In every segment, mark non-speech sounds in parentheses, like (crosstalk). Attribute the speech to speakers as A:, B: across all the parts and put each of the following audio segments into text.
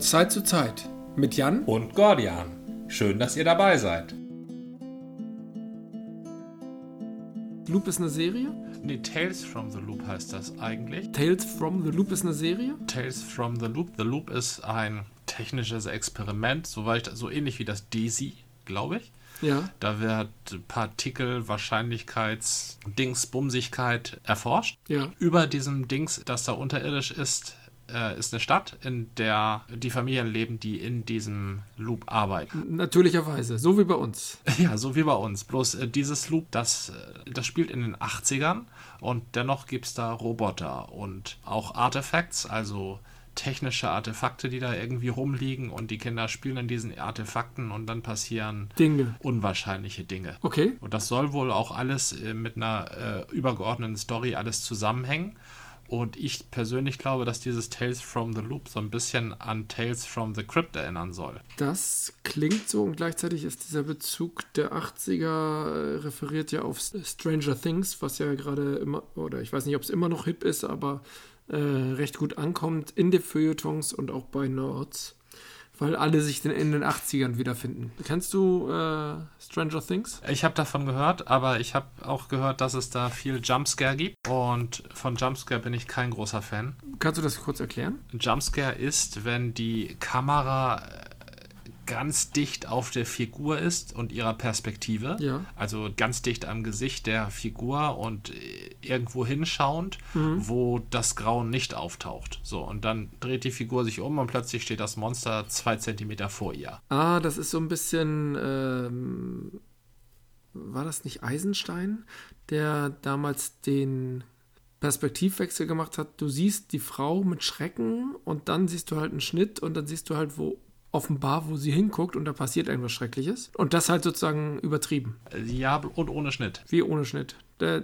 A: Zeit zu Zeit mit Jan
B: und Gordian. Schön, dass ihr dabei seid.
A: Loop ist eine Serie.
C: Nee, Tales from the Loop heißt das eigentlich.
A: Tales from the Loop ist eine Serie.
C: Tales from the Loop. The Loop ist ein technisches Experiment, soweit, so ähnlich wie das DAISY, glaube ich.
A: Ja.
C: Da wird Partikel, Wahrscheinlichkeits, Dingsbumsigkeit erforscht.
A: Ja.
C: Über diesem Dings, das da unterirdisch ist, äh, ist eine Stadt, in der die Familien leben, die in diesem Loop arbeiten.
A: Natürlicherweise. So wie bei uns.
C: Ja, so wie bei uns. Bloß äh, dieses Loop, das, äh, das spielt in den 80ern und dennoch gibt es da Roboter und auch Artefacts, also technische Artefakte, die da irgendwie rumliegen und die Kinder spielen in diesen Artefakten und dann passieren
A: Dinge.
C: unwahrscheinliche Dinge.
A: Okay.
C: Und das soll wohl auch alles äh, mit einer äh, übergeordneten Story alles zusammenhängen. Und ich persönlich glaube, dass dieses Tales from the Loop so ein bisschen an Tales from the Crypt erinnern soll.
A: Das klingt so und gleichzeitig ist dieser Bezug der 80er äh, referiert ja auf S- Stranger Things, was ja gerade immer, oder ich weiß nicht, ob es immer noch hip ist, aber äh, recht gut ankommt in den Feuilletons und auch bei Nerds, weil alle sich den, in den 80ern wiederfinden. Kennst du äh, Stranger Things?
C: Ich habe davon gehört, aber ich habe auch gehört, dass es da viel Jumpscare gibt. Und von Jumpscare bin ich kein großer Fan.
A: Kannst du das kurz erklären?
C: Jumpscare ist, wenn die Kamera äh, ganz dicht auf der Figur ist und ihrer Perspektive.
A: Ja.
C: Also ganz dicht am Gesicht der Figur und äh, irgendwo hinschauend, wo das Grauen nicht auftaucht. So, und dann dreht die Figur sich um und plötzlich steht das Monster zwei Zentimeter vor ihr.
A: Ah, das ist so ein bisschen, ähm, war das nicht Eisenstein, der damals den Perspektivwechsel gemacht hat? Du siehst die Frau mit Schrecken und dann siehst du halt einen Schnitt und dann siehst du halt, wo offenbar, wo sie hinguckt und da passiert irgendwas Schreckliches. Und das halt sozusagen übertrieben,
C: Äh, Ja, und ohne Schnitt.
A: wie ohne Schnitt. Der,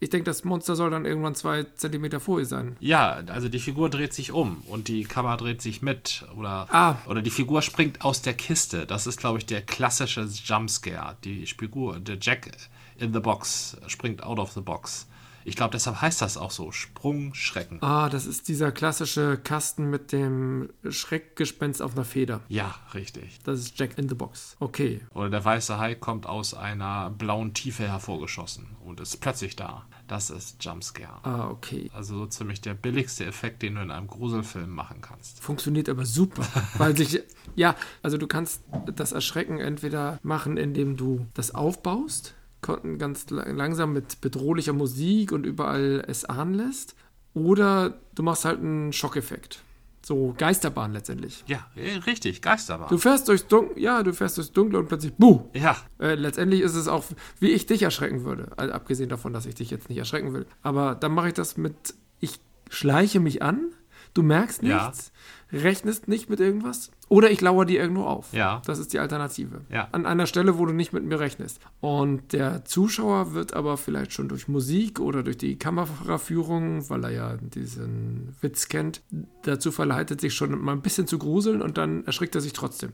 A: ich denke, das Monster soll dann irgendwann zwei Zentimeter vor ihr sein.
C: Ja, also die Figur dreht sich um und die Kamera dreht sich mit oder,
A: Ah.
C: oder die Figur springt aus der Kiste. Das ist, glaube ich, der klassische Jumpscare. Die Figur, der Jack in the Box springt out of the box. Ich glaube, deshalb heißt das auch so, Sprungschrecken.
A: Ah, das ist dieser klassische Kasten mit dem Schreckgespenst auf einer Feder.
C: Ja, richtig.
A: Das ist Jack in the Box. Okay,
C: Oder der weiße Hai kommt aus einer blauen Tiefe hervorgeschossen und ist plötzlich da. Das ist Jumpscare.
A: Ah, okay.
C: Also so ziemlich der billigste Effekt, den du in einem Gruselfilm machen kannst.
A: Funktioniert aber super, weil sich, ja, also du kannst das Erschrecken entweder machen, indem du das aufbaust, kon- ganz la- langsam mit bedrohlicher Musik und überall es ahnen lässt, oder du machst halt einen Schockeffekt. So Geisterbahn letztendlich.
C: Ja, eh, richtig, Geisterbahn.
A: Du fährst durchs Dunkle, ja, du fährst durchs Dunkle und plötzlich, buh,
C: ja,
A: Äh, letztendlich ist es auch, wie ich dich erschrecken würde. Also abgesehen davon, dass ich dich jetzt nicht erschrecken will. Aber dann mache ich das mit, ich schleiche mich an, du merkst
C: Ja.
A: nichts, rechnest nicht mit irgendwas oder ich lauere dir irgendwo auf.
C: Ja.
A: Das ist die Alternative.
C: Ja.
A: An einer Stelle, wo du nicht mit mir rechnest. Und der Zuschauer wird aber vielleicht schon durch Musik oder durch die Kameraführung, weil er ja diesen Witz kennt, dazu verleitet, sich schon mal ein bisschen zu gruseln und dann erschrickt er sich trotzdem.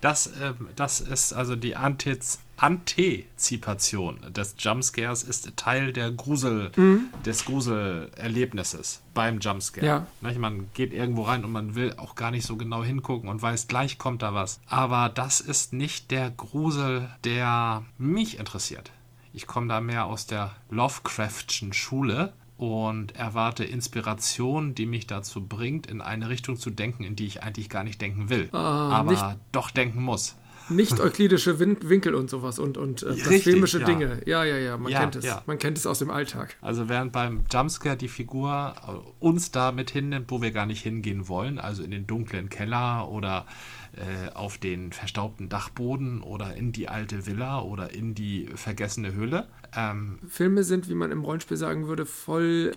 C: Das, ähm, das ist also die Antiz Antizipation des Jumpscares ist Teil der Grusel, des Gruselerlebnisses beim Jumpscare.
A: Ja.
C: Nicht? Man Ne, geht irgendwo rein und man will auch gar nicht so genau hingucken und weiß, gleich kommt da was. Aber das ist nicht der Grusel, der mich interessiert. Ich komme da mehr aus der Lovecraftschen Schule und erwarte Inspiration, die mich dazu bringt, in eine Richtung zu denken, in die ich eigentlich gar nicht denken will, aber
A: nicht-
C: doch denken muss.
A: nicht-euklidische Win Winkel und sowas und, und äh,
C: Richtig,
A: blasphemische
C: ja.
A: Dinge. Ja, ja, ja, man
C: Ja,
A: kennt es.
C: ja.
A: Man kennt es aus dem Alltag.
C: Also während beim Jumpscare die Figur äh, uns da mit hinnimmt, wo wir gar nicht hingehen wollen, also in den dunklen Keller oder äh, auf den verstaubten Dachboden oder in die alte Villa oder in die vergessene Höhle. Ähm,
A: Filme sind, wie man im Rollenspiel sagen würde, voll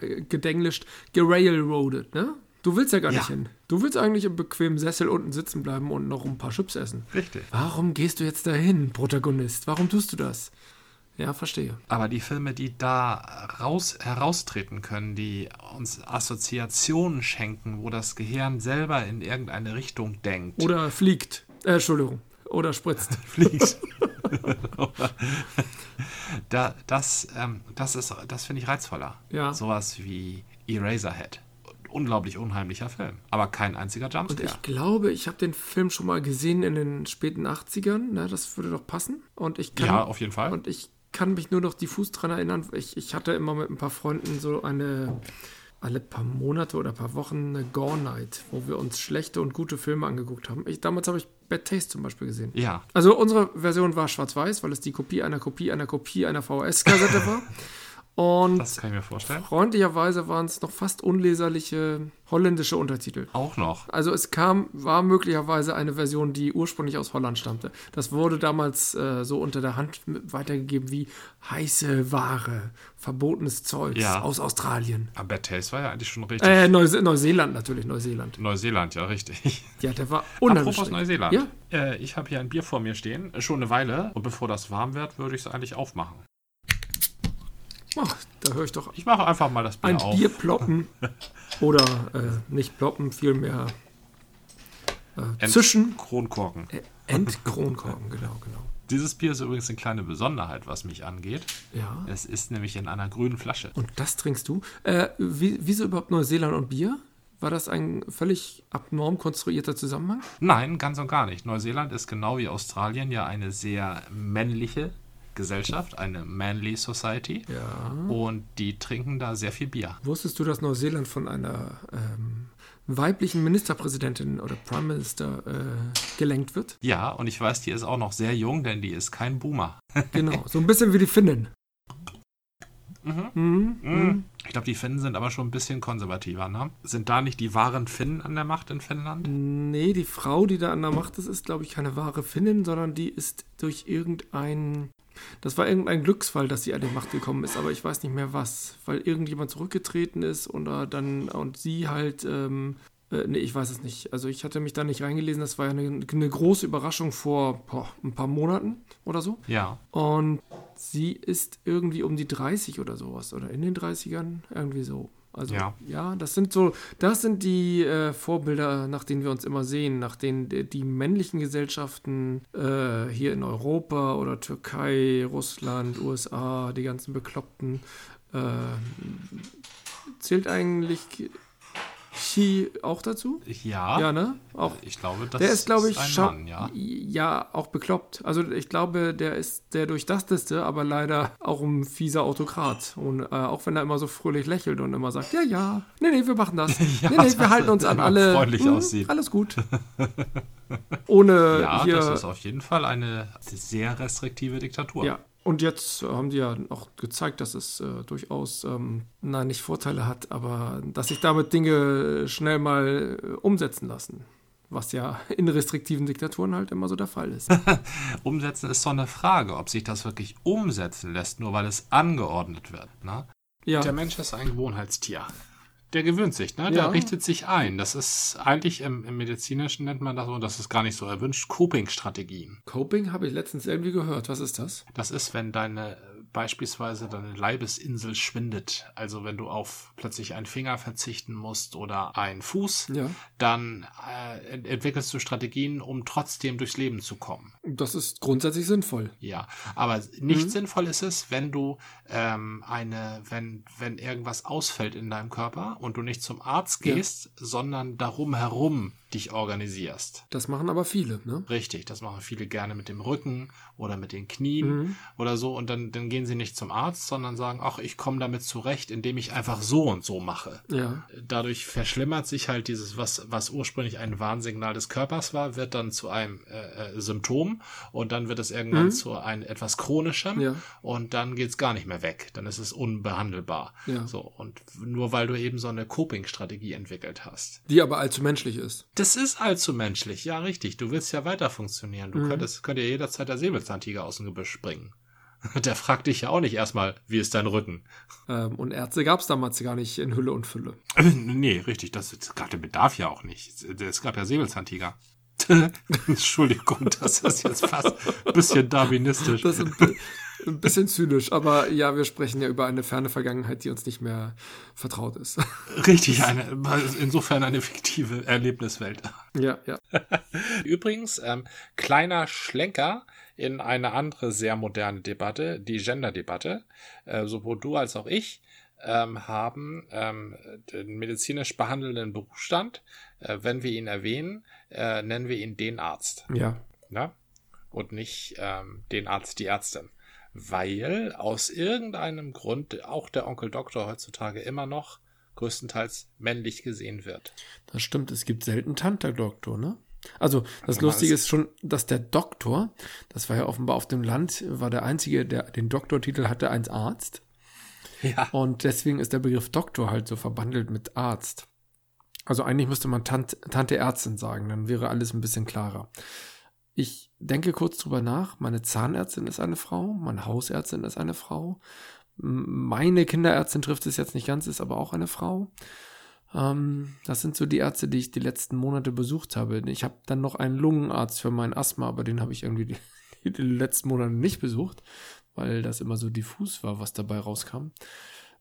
A: äh, gedenglischt, gerailroadet, ne? Du willst ja gar
C: Ja.
A: nicht hin. Du willst eigentlich im bequemen Sessel unten sitzen bleiben und noch ein paar Chips essen.
C: Richtig.
A: Warum gehst du jetzt dahin, Protagonist? Warum tust du das? Ja, verstehe.
C: Aber die Filme, die da raus, heraustreten können, die uns Assoziationen schenken, wo das Gehirn selber in irgendeine Richtung denkt.
A: Oder fliegt. Äh, Entschuldigung. Oder spritzt.
C: (laughs) fliegst. da, das, ähm, das ist, das finde ich reizvoller.
A: Ja.
C: Sowas wie Eraserhead. unglaublich unheimlicher Film. Aber kein einziger
A: Und
C: Jumpscare.
A: ich glaube, ich habe den Film schon mal gesehen in den späten 80ern. Na, das würde doch passen. Und ich kann,
C: Ja, auf jeden Fall.
A: und ich kann mich nur noch diffus dran erinnern. Ich, ich hatte immer mit ein paar Freunden so eine alle paar Monate oder paar Wochen eine Gore Night, wo wir uns schlechte und gute Filme angeguckt haben. Ich, damals habe ich Bad Taste zum Beispiel gesehen.
C: Ja,
A: Also unsere Version war schwarz-weiß, weil es die Kopie einer Kopie einer Kopie einer VHS-Kassette war. Und
C: das kann ich mir vorstellen.
A: freundlicherweise waren es noch fast unleserliche holländische Untertitel.
C: Auch noch.
A: Also es kam, war möglicherweise eine Version, die ursprünglich aus Holland stammte. Das wurde damals äh, so unter der Hand mit- weitergegeben wie heiße Ware, verbotenes Zeug
C: Ja.
A: aus Australien.
C: Aber Ah, Bad Taste war ja eigentlich schon richtig.
A: Äh, Neuse Neuseeland natürlich, Neuseeland.
C: Neuseeland, ja, richtig. (laughs)
A: Ja, der war
C: Apropos
A: unheimlich.
C: Neuseeland.
A: Ja.
C: Äh, ich habe hier ein Bier vor mir stehen, äh, schon eine Weile. Und bevor das warm wird, würde ich es eigentlich aufmachen.
A: Ach, oh, da höre ich doch
C: Ich mache einfach mal das Bier
A: ein
C: auf.
A: Bier
C: (laughs)
A: ploppen oder äh, nicht ploppen, vielmehr äh,
C: Ent-
A: zischen.
C: Kronkorken.
A: Äh, Entkronkorken, genau, genau.
C: Dieses Bier ist übrigens eine kleine Besonderheit, was mich angeht.
A: Ja.
C: Es ist nämlich in einer grünen Flasche.
A: Und das trinkst du? Äh, wie, wieso überhaupt Neuseeland und Bier? War das ein völlig abnorm konstruierter Zusammenhang?
C: Nein, ganz und gar nicht. Neuseeland ist genau wie Australien ja eine sehr männliche Gesellschaft, eine manly society.
A: Ja.
C: Und die trinken da sehr viel Bier.
A: Wusstest du, dass Neuseeland von einer ähm, weiblichen Ministerpräsidentin oder Prime Minister äh, gelenkt (laughs) wird?
C: Ja, und ich weiß, die ist auch noch sehr jung, denn die ist kein Boomer.
A: Genau, so ein bisschen wie die Finnen.
C: Mhm.
A: Mhm. Mhm.
C: Ich glaube, die Finnen sind aber schon ein bisschen konservativer, ne? Sind da nicht die wahren Finnen an der Macht in Finnland?
A: Nee, die Frau, die da an der Macht ist, ist, glaube ich, keine wahre Finnin, sondern die ist durch irgendein. Das war irgendein Glücksfall, dass sie an die Macht gekommen ist, aber ich weiß nicht mehr was. Weil irgendjemand zurückgetreten ist und äh, dann und sie halt. Ähm, äh, nee, ich weiß es nicht. Also ich hatte mich da nicht reingelesen. Das war ja eine, eine große Überraschung vor boah, ein paar Monaten oder so.
C: Ja.
A: Und sie ist irgendwie um die 30 oder sowas oder in den 30ern, irgendwie so. Also ja,
C: Ja.
A: das sind so, das sind die äh, Vorbilder, nach denen wir uns immer sehen, nach denen die, die männlichen Gesellschaften äh, hier in Europa oder Türkei, Russland, USA, die ganzen Bekloppten, äh, zählt eigentlich Xi auch dazu?
C: Ja.
A: Ja, ne? Auch
C: Ich glaube, das
A: der ist, glaube ich,
C: ein
A: scha-
C: Mann, ja.
A: ja, auch bekloppt. Also ich glaube, der ist der durchdachtetste, aber leider auch ein fieser Autokrat. Und äh, auch wenn er immer so fröhlich lächelt und immer sagt, ja, ja, nee, nee, wir machen das.
C: (laughs) Ja,
A: nee, nee, wir
C: dass
A: halten uns
C: er
A: an
C: immer
A: alle.
C: freundlich
A: hm,
C: aussieht.
A: Alles
C: (laughs)
A: gut. Ohne
C: Ja,
A: hier.
C: das ist auf jeden Fall eine sehr restriktive Diktatur.
A: Ja, und jetzt haben die ja auch gezeigt, dass es äh, durchaus, ähm, nein, nicht Vorteile hat, aber dass sich damit Dinge schnell mal äh, umsetzen lassen. Was ja in restriktiven Diktaturen halt immer so der Fall ist.
C: Umsetzen ist so eine Frage, ob sich das wirklich umsetzen lässt, nur weil es angeordnet wird. Ne?
A: Ja,
C: Der Mensch ist ein Gewohnheitstier. Der gewöhnt sich, ne?
A: Ja.
C: der richtet sich ein. Das ist eigentlich im, im Medizinischen nennt man das so, und das ist gar nicht so erwünscht, Coping-Strategien.
A: Coping habe ich letztens irgendwie gehört. Was ist das?
C: Das ist, wenn deine äh, beispielsweise deine Leibesinsel schwindet. Also wenn du auf plötzlich einen Finger verzichten musst oder einen Fuß,
A: Ja.
C: dann äh, ent- entwickelst du Strategien, um trotzdem durchs Leben zu kommen.
A: Das ist grundsätzlich sinnvoll.
C: Ja, aber nicht sinnvoll ist es, wenn du ähm, eine, wenn, wenn irgendwas ausfällt in deinem Körper und du nicht zum Arzt
A: Ja.
C: gehst, sondern darum herum dich organisierst.
A: Das machen aber viele, ne?
C: Richtig, das machen viele gerne mit dem Rücken oder mit den Knien oder so und dann, dann gehen sie nicht zum Arzt, sondern sagen, ach, ich komme damit zurecht, indem ich einfach so und so mache.
A: Ja.
C: Dadurch verschlimmert sich halt dieses, was, was ursprünglich ein Warnsignal des Körpers war, wird dann zu einem äh, äh, Symptom und dann wird es irgendwann zu einem etwas chronischem
A: Mhm. Ja.
C: und dann geht's gar nicht mehr weg. Dann ist es unbehandelbar.
A: Ja.
C: So, und nur weil du eben so eine Coping-Strategie entwickelt hast.
A: Die aber allzu menschlich ist.
C: Das ist allzu menschlich, ja, richtig. Du willst ja weiter funktionieren.
A: Mhm.
C: Du könntest, könnte ja jederzeit der Säbelzahntiger aus dem Gebüsch springen. (laughs) Der fragt dich ja auch nicht erstmal, wie ist dein Rücken?
A: Ähm, und Ärzte gab es damals gar nicht in Hülle und Fülle.
C: Also, Nee, richtig, das, das gab den Bedarf ja auch nicht. Es gab ja Säbelzahntiger. (laughs) Entschuldigung, das ist jetzt fast ein bisschen darwinistisch.
A: Das ist ein, (laughs) bi- ein bisschen zynisch, aber ja, wir sprechen ja über eine ferne Vergangenheit, die uns nicht mehr vertraut ist. (laughs)
C: Richtig, eine, insofern eine fiktive Erlebniswelt.
A: ja, ja.
C: Übrigens, ähm, kleiner Schlenker in eine andere sehr moderne Debatte, die Gender-Debatte. Äh, sowohl du als auch ich ähm, haben ähm, den medizinisch behandelnden Berufsstand. Äh, wenn wir ihn erwähnen, äh, nennen wir ihn den Arzt.
A: Ja.
C: Ne? Und nicht ähm, den Arzt, die Ärztin. Weil aus irgendeinem Grund auch der Onkel Doktor heutzutage immer noch größtenteils männlich gesehen wird.
A: Das stimmt, es gibt selten Tante-Doktor, ne? Also, das
C: Aber
A: Lustige
C: es-
A: ist schon, dass der Doktor, das war ja offenbar auf dem Land, war der Einzige, der den Doktortitel hatte, als Arzt.
C: Ja.
A: Und deswegen ist der Begriff Doktor halt so verbandelt mit Arzt. Also eigentlich müsste man Tant, Tante Ärztin sagen, dann wäre alles ein bisschen klarer. Ich denke kurz drüber nach. Meine Zahnärztin ist eine Frau, meine Hausärztin ist eine Frau. M- Meine Kinderärztin trifft es jetzt nicht ganz, ist aber auch eine Frau. Ähm, das sind so die Ärzte, die ich die letzten Monate besucht habe. Ich habe dann noch einen Lungenarzt für mein Asthma, aber den habe ich irgendwie die, die, (laughs) die letzten Monate nicht besucht, weil das immer so diffus war, was dabei rauskam.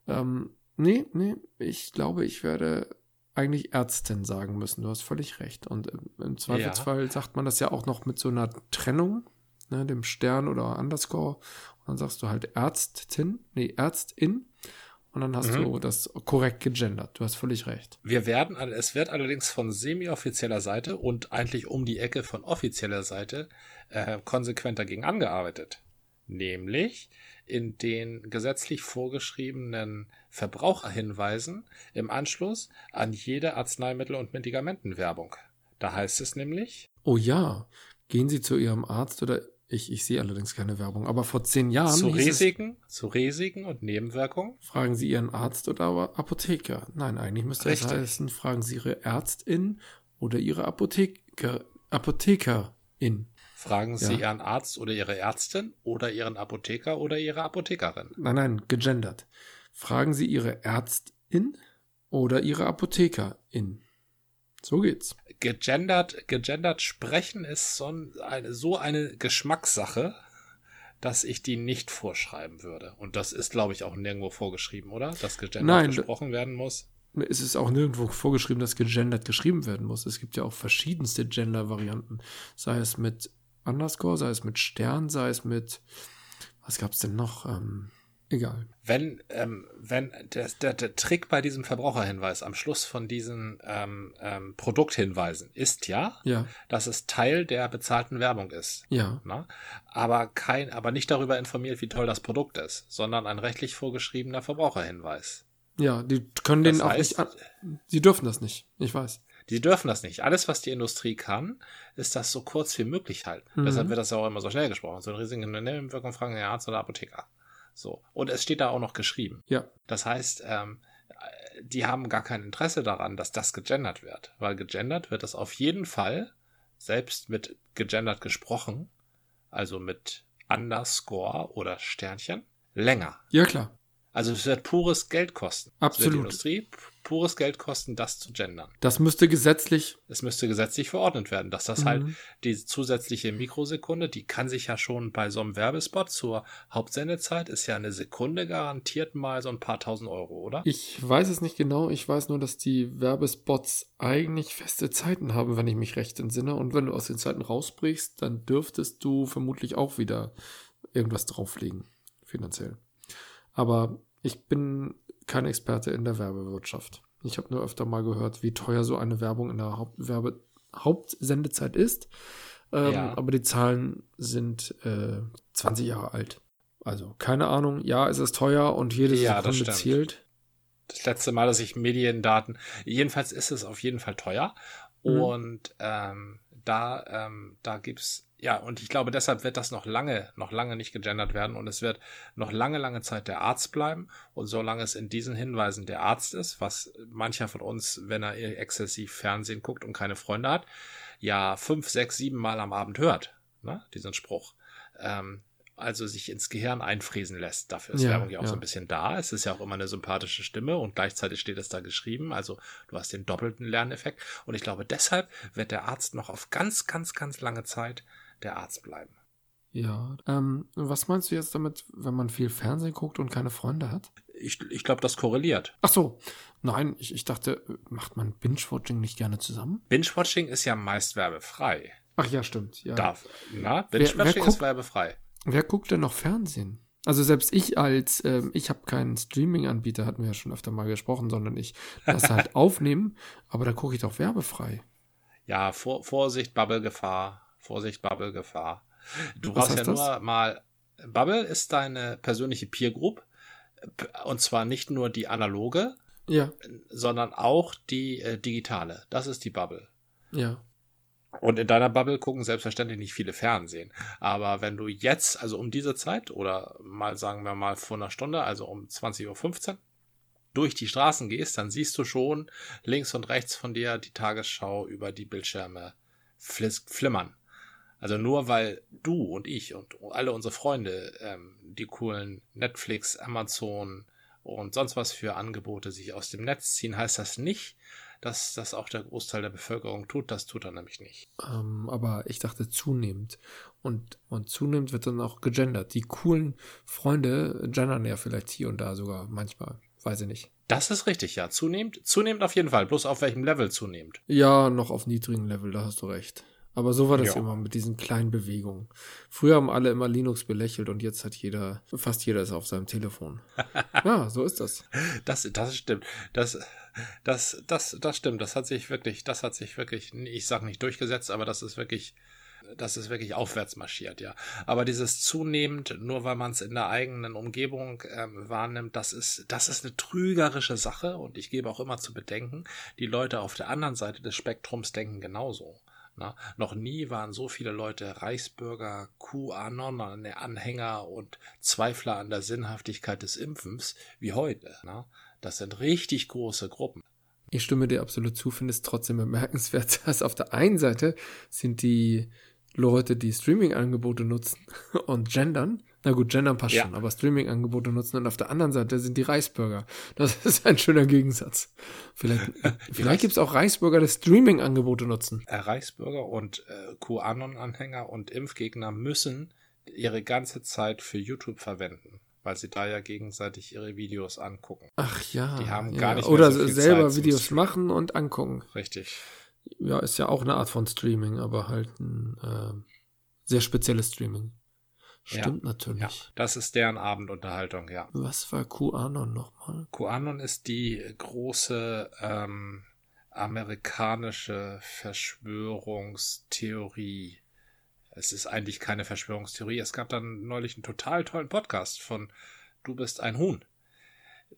A: Ähm, nee, nee, ich glaube, ich werde eigentlich Ärztin sagen müssen. Du hast völlig recht. Und im, im Zweifelsfall sagt man das ja auch noch mit so einer Trennung, ne, dem Stern oder Underscore. Und dann sagst du halt Ärztin, nee, Ärztin. Und dann hast
C: Mhm.
A: du das korrekt gegendert. Du hast völlig recht.
C: Wir werden, all- es wird allerdings von semi-offizieller Seite und eigentlich um die Ecke von offizieller Seite äh, konsequent dagegen angearbeitet. Nämlich in den gesetzlich vorgeschriebenen Verbraucherhinweisen im Anschluss an jede Arzneimittel- und Medikamentenwerbung. Da heißt es nämlich,
A: Oh ja, gehen Sie zu Ihrem Arzt oder ich, ich sehe allerdings keine Werbung. Aber vor zehn Jahren
C: zu
A: hieß es,
C: Risiken, zu Risiken und Nebenwirkungen.
A: Fragen Sie Ihren Arzt oder aber Apotheker. Nein, eigentlich müsste es
C: Richtig.
A: heißen, fragen Sie Ihre Ärztin oder Ihre Apotheker, Apothekerin.
C: Fragen Sie
A: Ja.
C: Ihren Arzt oder Ihre Ärztin oder Ihren Apotheker oder Ihre Apothekerin.
A: Nein, nein, gegendert. Fragen Sie Ihre Ärztin oder Ihre Apothekerin. So geht's.
C: gegendert, gegendert sprechen ist so eine, so eine Geschmackssache, dass ich die nicht vorschreiben würde. Und das ist, glaube ich, auch nirgendwo vorgeschrieben, oder? Dass gegendert
A: Nein,
C: gesprochen werden muss.
A: Es ist auch nirgendwo vorgeschrieben, dass gegendert geschrieben werden muss. Es gibt ja auch verschiedenste Gender-Varianten. Sei es mit Underscore, sei es mit Stern, sei es mit. Was gab's denn noch? Ähm, egal.
C: Wenn, ähm, wenn der, der, der Trick bei diesem Verbraucherhinweis am Schluss von diesen ähm, ähm, Produkthinweisen ist ja,
A: Ja,
C: dass es Teil der bezahlten Werbung ist.
A: ja.
C: Na? Aber kein, aber nicht darüber informiert, wie toll das Produkt ist, sondern ein rechtlich vorgeschriebener Verbraucherhinweis.
A: Ja, die können den
C: Das
A: auch nicht
C: heißt,
A: an. Sie dürfen das nicht. Ich weiß.
C: Die dürfen das nicht. Alles, was die Industrie kann, ist das so kurz wie möglich halten.
A: Mhm.
C: Deshalb wird das ja auch immer so schnell gesprochen. So ein riesigen Nebenwirkung fragen den Arzt oder Apotheker. So. Und es steht da auch noch geschrieben.
A: Ja.
C: Das heißt, ähm, äh, die haben gar kein Interesse daran, dass das gegendert wird. Weil gegendert wird das auf jeden Fall, selbst mit gegendert gesprochen, also mit Underscore oder Sternchen, länger.
A: Ja, klar.
C: Also es wird pures Geld kosten. Es wird die
A: Absolut.
C: Industrie p- pures Geld kosten, das zu gendern.
A: Das müsste gesetzlich.
C: Es müsste gesetzlich verordnet werden, dass das
A: Mhm.
C: halt die zusätzliche Mikrosekunde, die kann sich ja schon bei so einem Werbespot zur Hauptsendezeit, ist ja eine Sekunde garantiert mal so ein paar tausend Euro, oder?
A: Ich weiß es nicht genau. Ich weiß nur, dass die Werbespots eigentlich feste Zeiten haben, wenn ich mich recht entsinne. Und wenn du aus den Zeiten rausbrichst, dann dürftest du vermutlich auch wieder irgendwas drauflegen. Finanziell. Aber ich bin kein Experte in der Werbewirtschaft. Ich habe nur öfter mal gehört, wie teuer so eine Werbung in der Hauptwerbe Hauptsendezeit ist. Ähm,
C: Ja.
A: Aber die Zahlen sind äh, 20 Jahre alt. Also keine Ahnung. Ja, es ist teuer und jede
C: Ja, das
A: Sekunde
C: stimmt.
A: zählt.
C: Das letzte Mal, dass ich Mediendaten, jedenfalls ist es auf jeden Fall teuer
A: Mhm.
C: und ähm, da, ähm, da gibt's, ja, und ich glaube, deshalb wird das noch lange, noch lange nicht gegendert werden und es wird noch lange, lange Zeit der Arzt bleiben und solange es in diesen Hinweisen der Arzt ist, was mancher von uns, wenn er eh exzessiv Fernsehen guckt und keine Freunde hat, ja fünf, sechs, sieben Mal am Abend hört, ne, diesen Spruch. Ähm, also sich ins Gehirn einfräsen lässt. Dafür ist
A: Ja,
C: Werbung ja auch
A: ja.
C: so ein bisschen da. Es ist ja auch immer eine sympathische Stimme und gleichzeitig steht es da geschrieben. Also du hast den doppelten Lerneffekt. Und ich glaube, deshalb wird der Arzt noch auf ganz, ganz, ganz lange Zeit der Arzt bleiben.
A: Ja. Ähm, was meinst du jetzt damit, wenn man viel Fernsehen guckt und keine Freunde hat?
C: Ich, ich glaube, das korreliert.
A: Ach so. Nein, ich, ich dachte, macht man Binge-Watching nicht gerne zusammen?
C: Binge-Watching ist ja meist werbefrei.
A: Ach ja, stimmt. Ja.
C: Darf, na,
A: Wer- wer
C: Binge-Watching ist
A: guckt-
C: werbefrei.
A: Wer guckt denn noch Fernsehen? Also selbst ich als, ähm, ich habe keinen Streaming-Anbieter, hatten wir ja schon öfter mal gesprochen, sondern ich lasse (laughs) halt aufnehmen, aber da gucke ich doch werbefrei.
C: Ja, vor, Vorsicht, Bubble-Gefahr. Vorsicht, Bubble-Gefahr. Du
A: Was
C: brauchst ja
A: heißt
C: nur
A: das?
C: mal. Bubble ist deine persönliche Peer Group. Und zwar nicht nur die analoge,
A: Ja,
C: sondern auch die äh, digitale. Das ist die Bubble.
A: ja.
C: Und in deiner Bubble gucken selbstverständlich nicht viele Fernsehen. Aber wenn du jetzt, also um diese Zeit oder mal sagen wir mal vor einer Stunde, also um 20.15 Uhr, durch die Straßen gehst, dann siehst du schon links und rechts von dir die Tagesschau über die Bildschirme flis- flimmern. Also nur weil du und ich und alle unsere Freunde ähm, die coolen Netflix, Amazon und sonst was für Angebote sich aus dem Netz ziehen, heißt das nicht, dass das auch der Großteil der Bevölkerung tut. Das tut er nämlich nicht.
A: Ähm, aber ich dachte zunehmend. Und, und zunehmend wird dann auch gegendert. Die coolen Freunde gendern ja vielleicht hier und da sogar manchmal. Weiß ich nicht.
C: Das ist richtig, ja. Zunehmend, zunehmend auf jeden Fall. Bloß auf welchem Level zunehmend?
A: Ja, noch auf niedrigem Level, da hast du recht. Aber so war das
C: Ja.
A: immer mit diesen kleinen Bewegungen. Früher haben alle immer Linux belächelt und jetzt hat jeder, fast jeder ist auf seinem
C: (laughs)
A: Telefon. ja, so ist das.
C: Das, das stimmt. Das, das, das, das stimmt. Das hat sich wirklich, das hat sich wirklich, ich sag nicht durchgesetzt, aber das ist wirklich, das ist wirklich aufwärts marschiert, ja. Aber dieses zunehmend, nur weil man es in der eigenen Umgebung ähm, wahrnimmt, das ist, das ist eine trügerische Sache und ich gebe auch immer zu bedenken, die Leute auf der anderen Seite des Spektrums denken genauso. Na, noch nie waren so viele Leute Reichsbürger, QAnon-Anhänger und Zweifler an der Sinnhaftigkeit des Impfens wie heute. ne? Na? Das sind richtig große Gruppen.
A: Ich stimme dir absolut zu, finde es trotzdem bemerkenswert, (laughs) dass auf der einen Seite sind die Leute, die Streaming-Angebote nutzen (laughs) und gendern. Na gut, gendern passt
C: Ja.
A: schon, aber Streaming-Angebote nutzen und auf der anderen Seite sind die Reisbürger. Das (laughs) ist ein schöner Gegensatz.
C: (laughs)
A: Vielleicht, vielleicht gibt es auch Reisbürger, die Streaming-Angebote nutzen.
C: Äh, Reichsbürger und äh, QAnon-Anhänger und Impfgegner müssen ihre ganze Zeit für YouTube verwenden, weil sie da ja gegenseitig ihre Videos angucken.
A: Ach ja.
C: Die haben
A: ja.
C: gar
A: ja.
C: nicht mehr
A: Oder
C: so viel
A: selber
C: Zeit zum
A: Videos
C: Streamen.
A: machen und angucken.
C: Richtig.
A: Ja, ist ja auch eine Art von Streaming, aber halt ein ähm, sehr spezielles Streaming.
C: Ja.
A: Stimmt
C: Ja,
A: natürlich.
C: das ist deren Abendunterhaltung, ja.
A: Was war QAnon nochmal?
C: QAnon ist die große ähm, amerikanische Verschwörungstheorie. Es ist eigentlich keine Verschwörungstheorie. Es gab dann neulich einen total tollen Podcast von Du bist ein Huhn.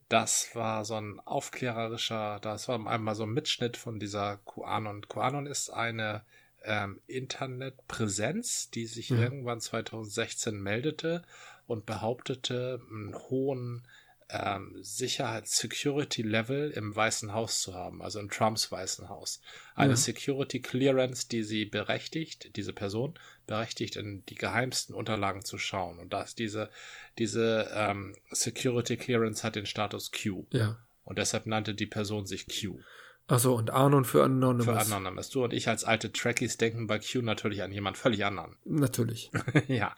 C: Das war so ein aufklärerischer, das war einmal so ein Mitschnitt von dieser QAnon. QAnon ist eine ähm, Internetpräsenz, die sich
A: Mhm.
C: irgendwann 2016 meldete und behauptete, einen hohen ähm, Sicherheits-Security-Level im Weißen Haus zu haben, also in Trumps Weißen Haus. Eine
A: Ja.
C: Security-Clearance, die sie berechtigt, diese Person berechtigt, in die geheimsten Unterlagen zu schauen. Und das, diese, diese ähm, Security-Clearance hat den Status Q.
A: Ja.
C: Und deshalb nannte die Person sich Q.
A: Achso, und Anon für Anonymous.
C: Für Anonymous. Du und ich als alte Trekkies denken bei Q natürlich an jemand völlig anderen.
A: Natürlich.
C: ja.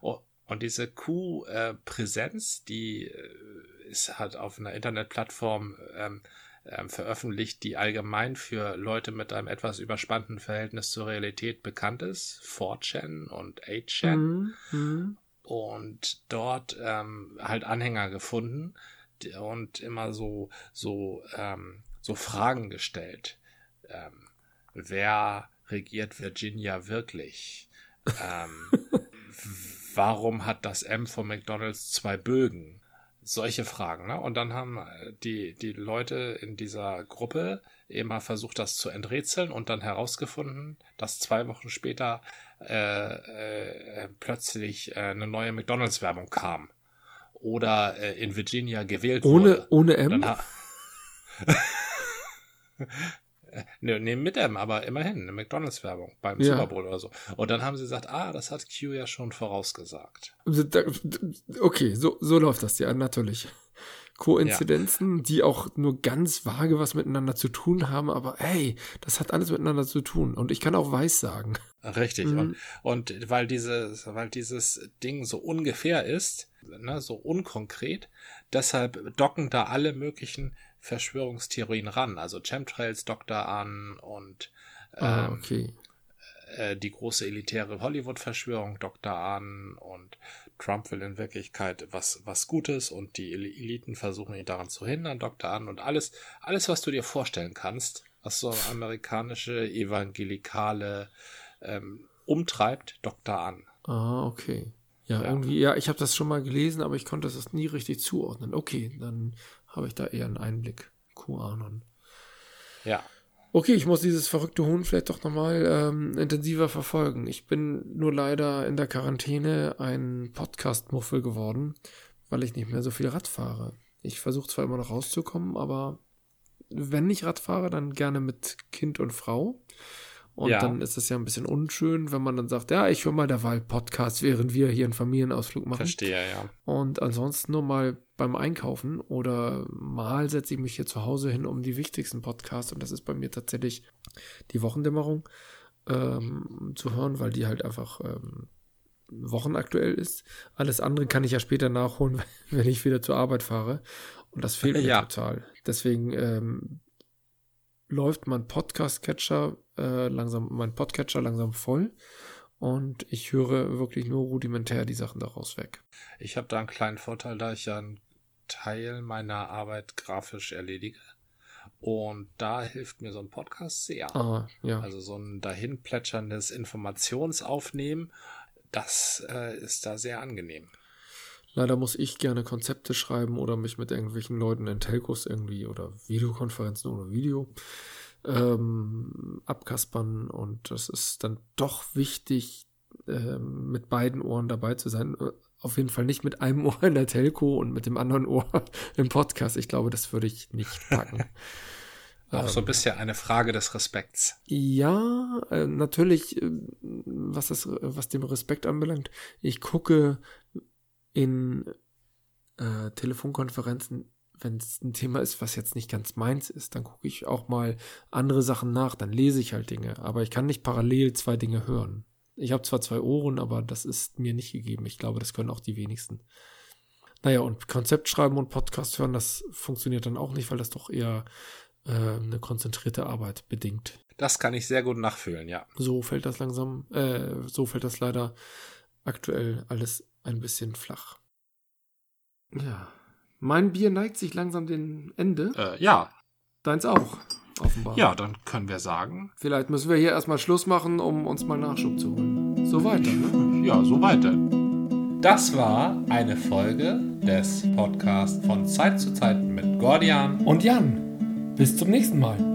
C: O- Und diese Q-Präsenz, die äh, ist halt auf einer Internetplattform ähm, ähm, veröffentlicht, die allgemein für Leute mit einem etwas überspannten Verhältnis zur Realität bekannt ist. 4chan und 8chan
A: Mhm. Mhm.
C: und dort ähm, halt Anhänger gefunden die- und immer so so ähm, so Fragen gestellt. Ähm, wer regiert Virginia wirklich? Ähm, w- warum hat das M von McDonald's zwei Bögen? Solche Fragen. Ne? Und dann haben äh, die, die Leute in dieser Gruppe immer versucht, das zu enträtseln und dann herausgefunden, dass zwei Wochen später äh, äh, plötzlich äh, eine neue McDonalds-Werbung kam. Oder äh, in Virginia gewählt
A: Ohne,
C: wurde.
A: ohne M?
C: Dann ha- (laughs) Ne, ne, mit M, aber immerhin eine McDonalds-Werbung beim
A: Ja.
C: Super Bowl oder so. Und dann haben sie gesagt, ah, das hat Q ja schon vorausgesagt.
A: Also Da- Okay, so, so läuft das ja, natürlich. Koinzidenzen, die auch nur ganz vage was miteinander zu tun haben, aber hey, das hat alles miteinander zu tun. Und ich kann auch weiß sagen.
C: Richtig.
A: Mhm.
C: Und, und weil dieses, weil dieses Ding so ungefähr ist, ne, so unkonkret, deshalb docken da alle möglichen Verschwörungstheorien ran. Also Chemtrails dockt da an und
A: ah,
C: ähm,
A: okay.
C: äh, die große elitäre Hollywood-Verschwörung dockt da an und Trump will in Wirklichkeit was, was Gutes und die El- Eliten versuchen ihn daran zu hindern, dockt da an und alles, alles, was du dir vorstellen kannst, was so amerikanische evangelikale ähm, umtreibt, dockt da an.
A: Ah, okay. Ja, irgendwie, ja, ich habe das schon mal gelesen, aber ich konnte das nie richtig zuordnen. Okay, dann habe ich da eher einen Einblick. QAnon.
C: Ja.
A: Okay, ich muss dieses verrückte Huhn vielleicht doch nochmal ähm, intensiver verfolgen. Ich bin nur leider in der Quarantäne ein Podcast-Muffel geworden, weil ich nicht mehr so viel Rad fahre. Ich versuche zwar immer noch rauszukommen, aber wenn ich Rad fahre, dann gerne mit Kind und Frau. Und
C: Ja.
A: dann ist es ja ein bisschen unschön, wenn man dann sagt, ja, ich höre mal derweil Podcast, während wir hier einen Familienausflug machen.
C: Verstehe, ja.
A: Und ansonsten nur mal beim Einkaufen oder mal setze ich mich hier zu Hause hin um die wichtigsten Podcasts und das ist bei mir tatsächlich die Wochendämmerung ähm, zu hören, weil die halt einfach ähm, wochenaktuell ist. Alles andere kann ich ja später nachholen, (laughs) wenn ich wieder zur Arbeit fahre und das fehlt mir
C: Ja.
A: total. Deswegen ähm, läuft mein Podcast-Catcher äh, langsam, mein Podcatcher langsam voll und ich höre wirklich nur rudimentär die Sachen daraus weg.
C: Ich habe da einen kleinen Vorteil, da ich ja einen Teil meiner Arbeit grafisch erledige. Und da hilft mir so ein Podcast sehr.
A: Ah, ja.
C: Also so ein dahin plätscherndes Informationsaufnehmen, das äh, ist da sehr angenehm.
A: Leider muss ich gerne Konzepte schreiben oder mich mit irgendwelchen Leuten in Telcos irgendwie oder Videokonferenzen ohne Video ähm, abkaspern und das ist dann doch wichtig, ähm, mit beiden Ohren dabei zu sein. Äh, Auf jeden Fall nicht mit einem (laughs) Ohr in der Telco und mit dem anderen Ohr (laughs) im Podcast. Ich glaube, das würde ich nicht packen.
C: (laughs) Auch so
A: Ähm,
C: ein bisschen eine Frage des Respekts.
A: Ja, äh, natürlich, äh, was, das, was den Respekt anbelangt, ich gucke in äh, Telefonkonferenzen, wenn es ein Thema ist, was jetzt nicht ganz meins ist, dann gucke ich auch mal andere Sachen nach, dann lese ich halt Dinge, aber ich kann nicht parallel zwei Dinge hören. Ich habe zwar zwei Ohren, aber das ist mir nicht gegeben. Ich glaube, das können auch die wenigsten. Naja, und Konzept schreiben und Podcast hören, das funktioniert dann auch nicht, weil das doch eher äh, eine konzentrierte Arbeit bedingt.
C: Das kann ich sehr gut nachfühlen, ja.
A: So fällt das langsam, äh, so fällt das leider aktuell alles ein bisschen flach. Ja. Mein Bier neigt sich langsam dem Ende.
D: Äh, ja,
A: Deins auch, offenbar.
D: ja, dann können wir sagen,
A: Vielleicht müssen wir hier erstmal Schluss machen, um uns mal Nachschub zu holen. So weiter. Ne?
D: ja, so weiter.
C: Das war eine Folge des Podcasts von Zeit zu Zeit mit Gordian.
A: Und Jan, bis zum nächsten Mal.